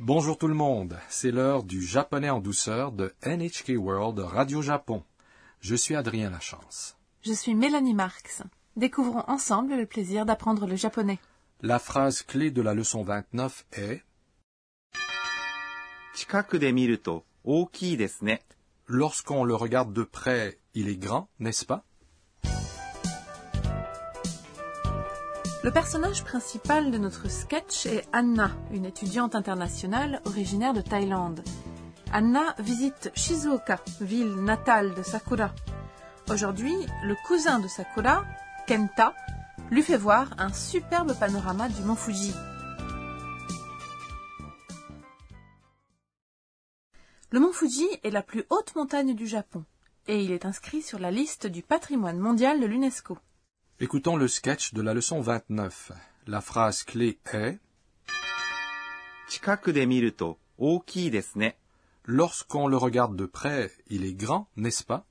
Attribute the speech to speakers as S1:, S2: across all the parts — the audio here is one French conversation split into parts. S1: Bonjour tout le monde, c'est l'heure du japonais en douceur de NHK World Radio Japon. Je suis Adrien Lachance.
S2: Je suis Mélanie Marx. Découvrons ensemble le plaisir d'apprendre le japonais.
S1: La phrase clé de la leçon 29 est
S3: 近くで見ると大きいですね。
S1: Lorsqu'on le regarde de près, il est grand, n'est-ce pas
S2: Le personnage principal de notre sketch est Anna, une étudiante internationale originaire de Thaïlande. Anna visite Shizuoka, ville natale de Sakura. Aujourd'hui, le cousin de Sakura, Kenta, lui fait voir un superbe panorama du mont Fuji. Le mont Fuji est la plus haute montagne du Japon et il est inscrit sur la liste du patrimoine mondial de l'UNESCO.
S1: Écoutons le sketch de la leçon 29. La phrase clé est
S3: 近くで見ると大きいですね。
S1: Lorsqu'on le regarde de près, il est grand, n'est-ce pas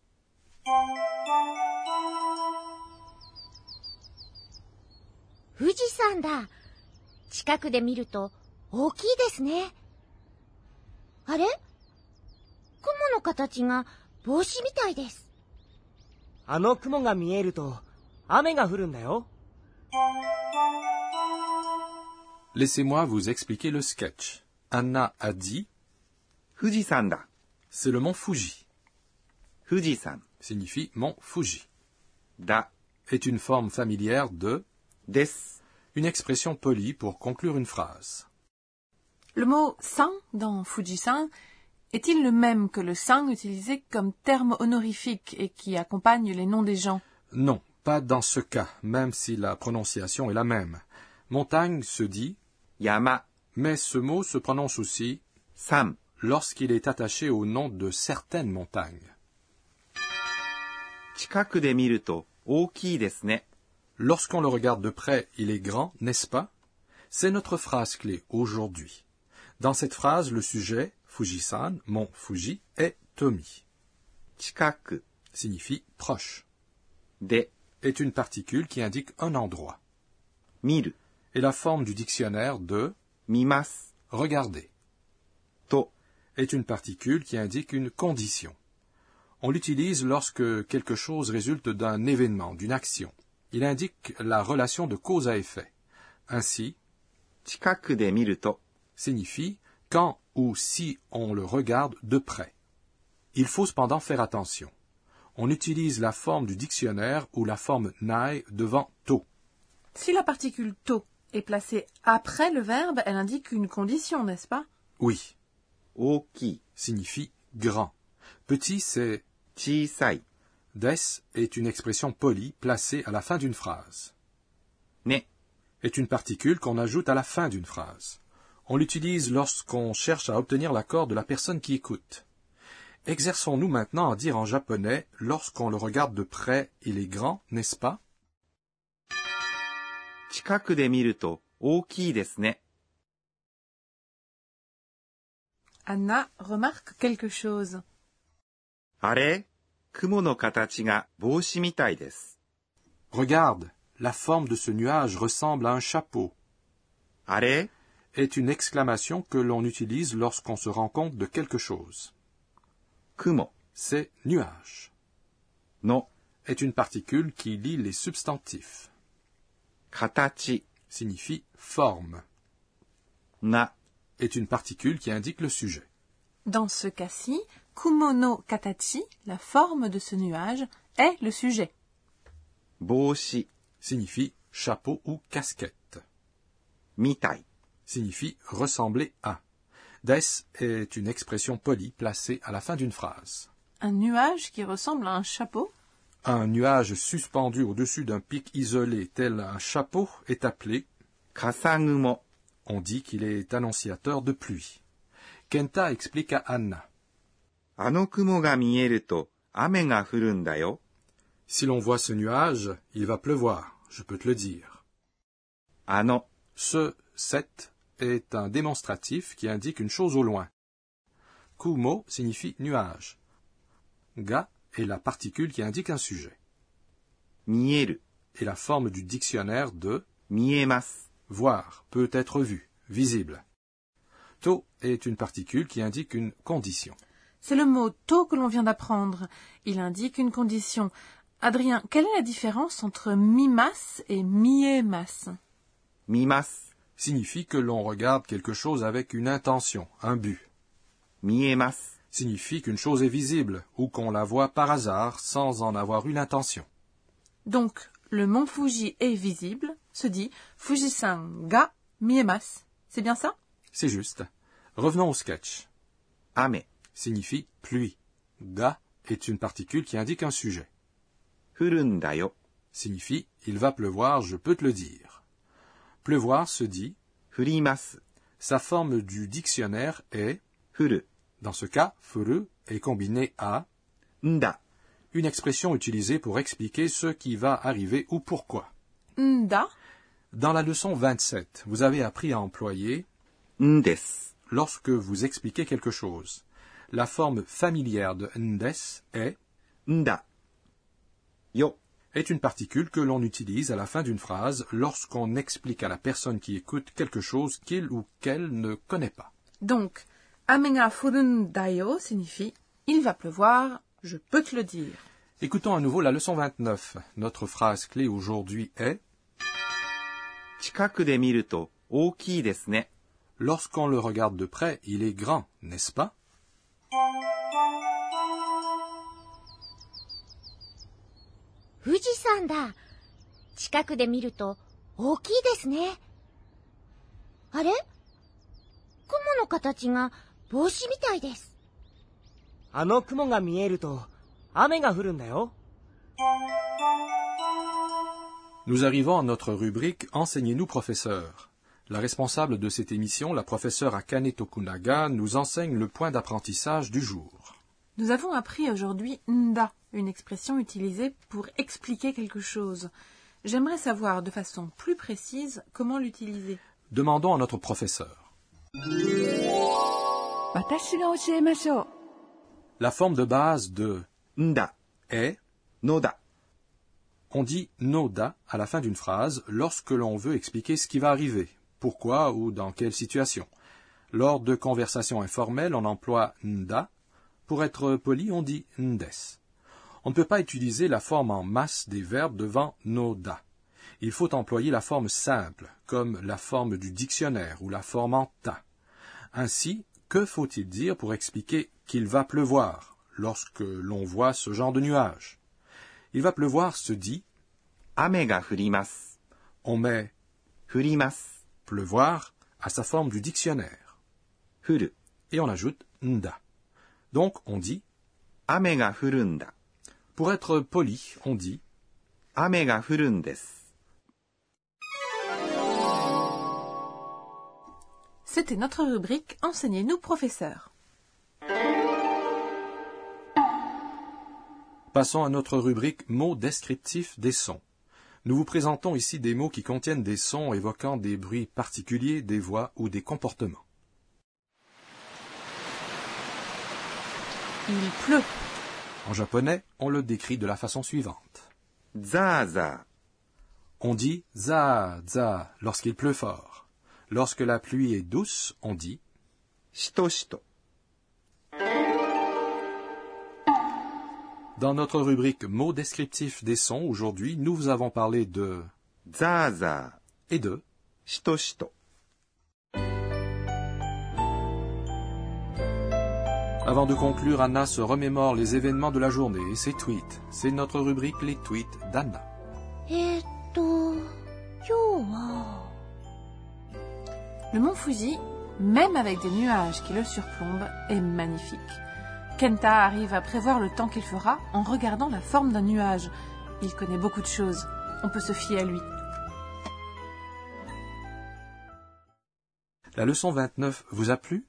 S4: 「富士山だ近くで見ると大きいですね」あれ雲の形が帽子みたいです
S5: あの雲が見えると雨が降るんだよ。
S1: Laissez-moi vous expliquer le sketch. Anna a dit
S3: 富士山だ。
S1: C'est le mont Fuji,
S3: 富士山
S1: signifie mont Fuji,
S3: だ。
S1: est une forme familière de
S3: です。
S1: une expression polie pour conclure une phrase.
S2: Le mot san dans Fujisan est-il le même que le san utilisé comme terme honorifique et qui accompagne les noms des gens
S1: Non, pas dans ce cas, même si la prononciation est la même. Montagne se dit,
S3: 山、
S1: mais ce mot se prononce aussi
S3: 山、
S1: lorsqu'il est attaché au nom de certaines montagnes.
S3: 近くで見ると大きいですね。
S1: Lorsqu'on le regarde de près, il est grand, n'est-ce pas C'est notre phrase clé aujourd'hui. Dans cette phrase, le sujet, Fujisan, mont Fuji, est Tomi,
S3: 近く
S1: signifie proche,
S3: で
S1: est une particule qui indique un endroit,
S3: 見る、
S1: et la forme du dictionnaire de
S3: 見ます、
S1: regarder.
S3: と、
S1: est une particule qui indique une condition. On l'utilise lorsque quelque chose résulte d'un événement, d'une action. Il indique la relation de cause à effet. Ainsi,
S3: 近くで見ると
S1: signifie quand ou si on le regarde de près. Il faut cependant faire attention. On utilise la forme du dictionnaire ou la forme nai devant to.
S2: Si la particule to est placée après le verbe, elle indique une condition, n'est-ce pas
S1: Oui,
S3: 大きい、
S1: signifie grand. Petit, c'est
S3: 小さい、
S1: des est une expression polie placée à la fin d'une phrase.
S3: ね、
S1: est une particule qu'on ajoute à la fin d'une phrase. On l'utilise lorsqu'on cherche à obtenir l'accord de la personne qui écoute. Exerçons-nous maintenant à dire en japonais lorsqu'on le regarde de près, il est grand, n'est-ce pas
S3: 近くで見ると大きいですね。
S2: Anna remarque quelque chose.
S3: あれ雲の形が帽子みたいです。
S1: Regarde, la forme de ce nuage ressemble à un chapeau.
S3: あれ
S1: Est une exclamation que l'on utilise lorsqu'on se rend compte de quelque chose.
S3: 雲
S1: C'est nuage.
S3: の
S1: Est une particule qui lie les substantifs.
S3: 形
S1: Signifie forme.
S3: が
S1: Est une particule qui indique le sujet.
S2: Dans ce cas-ci, kumono katachi, la forme de ce nuage, est le sujet.
S3: 帽子
S1: signifie chapeau ou casquette,
S3: みたい。
S1: signifie ressembler à. Des est une expression polie placée à la fin d'une phrase.
S2: Un nuage qui ressemble à un chapeau.
S1: Un nuage suspendu au-dessus d'un pic isolé tel un chapeau est appelé,
S3: 笠雲。
S1: on dit qu'il est annonciateur de pluie. Kenta explique à Anna.
S3: あの雲が見えると雨が降るんだよ。
S1: Si l'on voit ce nuage, il va pleuvoir, je peux te le dire.
S3: あの、
S1: Ce 7 est un démonstratif qui indique une chose au loin. Kumo signifie nuage. Ga est la particule qui indique un sujet.
S3: 見える、
S1: Et la forme du dictionnaire de
S3: 見えます。
S1: voir peut être vue, visible. To est une particule qui indique une condition.
S2: C'est le mot tôt que l'on vient d'apprendre. Il indique une condition. Adrien, quelle est la différence entre mi-masse et mi-masse
S3: 見ます、
S1: Signifie que l'on regarde quelque chose avec une intention, un but.
S3: 見えます、
S1: Signifie qu'une chose est visible ou qu'on la voit par hasard sans en avoir eu l'intention.
S2: Donc, le mont Fuji est visible, se dit Fujisan ga miemas. C'est bien ça
S1: C'est juste. Revenons au sketch.
S3: 雨、
S1: Signifie pluie. Ga est une particule qui indique un sujet.
S3: 降るんだよ、
S1: Signifie il va pleuvoir, je peux te le dire. Pleuvoir se dit,
S3: 降ります、
S1: sa forme du dictionnaire est,
S3: 降る、
S1: dans ce cas, furu est combiné à
S3: んだ、
S1: une expression utilisée pour expliquer ce qui va arriver ou pourquoi.
S2: Nda
S1: Dans la leçon 27, vous avez appris à employer
S3: んです、
S1: lorsque vous expliquez quelque chose. La forme familière de ndes est
S3: んだ、よ、
S1: est une particule que l'on utilise à la fin d'une phrase lorsqu'on explique à la personne qui écoute quelque chose qu'il ou qu'elle ne connaît pas.
S2: Donc, amenga furun dayo signifie il va pleuvoir, je peux te le dire.
S1: Écoutons à nouveau la leçon 29. Notre phrase clé aujourd'hui est
S3: 近くで見ると大きいですね。
S1: Lorsqu'on le regarde de près, il est grand, n'est-ce pas
S4: 「富士山だ近くで見ると大きいですねあれ雲の形が帽子みたいです
S5: あの雲が見えると雨が降るんだよ。
S1: Nous arrivons à notre rubrique Enseignez-nous, professeur. La responsable de cette émission, la professeure Akane Tokunaga, nous enseigne le point d'apprentissage du jour.
S2: Nous avons appris aujourd'hui nda, une expression utilisée pour expliquer quelque chose. J'aimerais savoir de façon plus précise comment l'utiliser.
S1: Demandons à notre professeur. La forme de base de
S3: んだ、
S1: est
S3: のだ、
S1: On dit noda à la fin d'une phrase lorsque l'on veut expliquer ce qui va arriver, pourquoi ou dans quelle situation. Lors de conversations informelles, on emploie nda. Pour être poli, on dit ndes. On ne peut pas utiliser la forme en masse des verbes devant noda. Il faut employer la forme simple, comme la forme du dictionnaire ou la forme en ta. Ainsi, que faut-il dire pour expliquer qu'il va pleuvoir lorsque l'on voit ce genre de nuages Il va pleuvoir se dit
S3: 雨が降ります、
S1: on met
S3: 降ります、
S1: pleuvoir à sa forme du dictionnaire
S3: 降る、
S1: et on ajoute nda. Donc on dit
S3: 雨が降るんだ、
S1: pour être poli, on dit
S3: 雨が降るんです。
S2: C'était notre rubrique Enseignez-nous, professeur.
S1: Passons à notre rubrique mots descriptifs des sons. Nous vous présentons ici des mots qui contiennent des sons évoquant des bruits particuliers, des voix ou des comportements.
S2: Il pleut.
S1: En japonais, on le décrit de la façon suivante.
S3: ザーザ
S1: On dit za za lorsqu'il pleut fort. Lorsque la pluie est douce, on dit
S3: ー、しとしと、
S1: Dans notre rubrique mots descriptifs des sons, aujourd'hui, nous vous avons parlé de
S3: ザーザ
S1: et de.
S3: ー、しとしと、
S1: Avant de conclure, Anna se remémore les événements de la journée et ses tweets. C'est notre rubrique les tweets d'Anna.
S4: えー、っと今日は
S2: Le mont Fuji, même avec des nuages qui le surplombent, est magnifique. Kenta arrive à prévoir le temps qu'il fera en regardant la forme d'un nuage. Il connaît beaucoup de choses. On peut se fier à lui.
S1: La leçon 29 vous a plu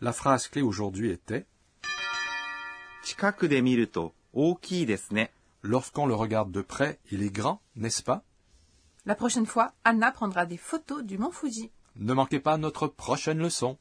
S1: La phrase clé aujourd'hui était
S3: 近くで見ると大きいですね。
S1: Lorsqu'on le regarde de près, il est grand, n'est-ce pas
S2: La prochaine fois, Anna prendra des photos du mont Fuji.
S1: Ne manquez pas notre prochaine leçon.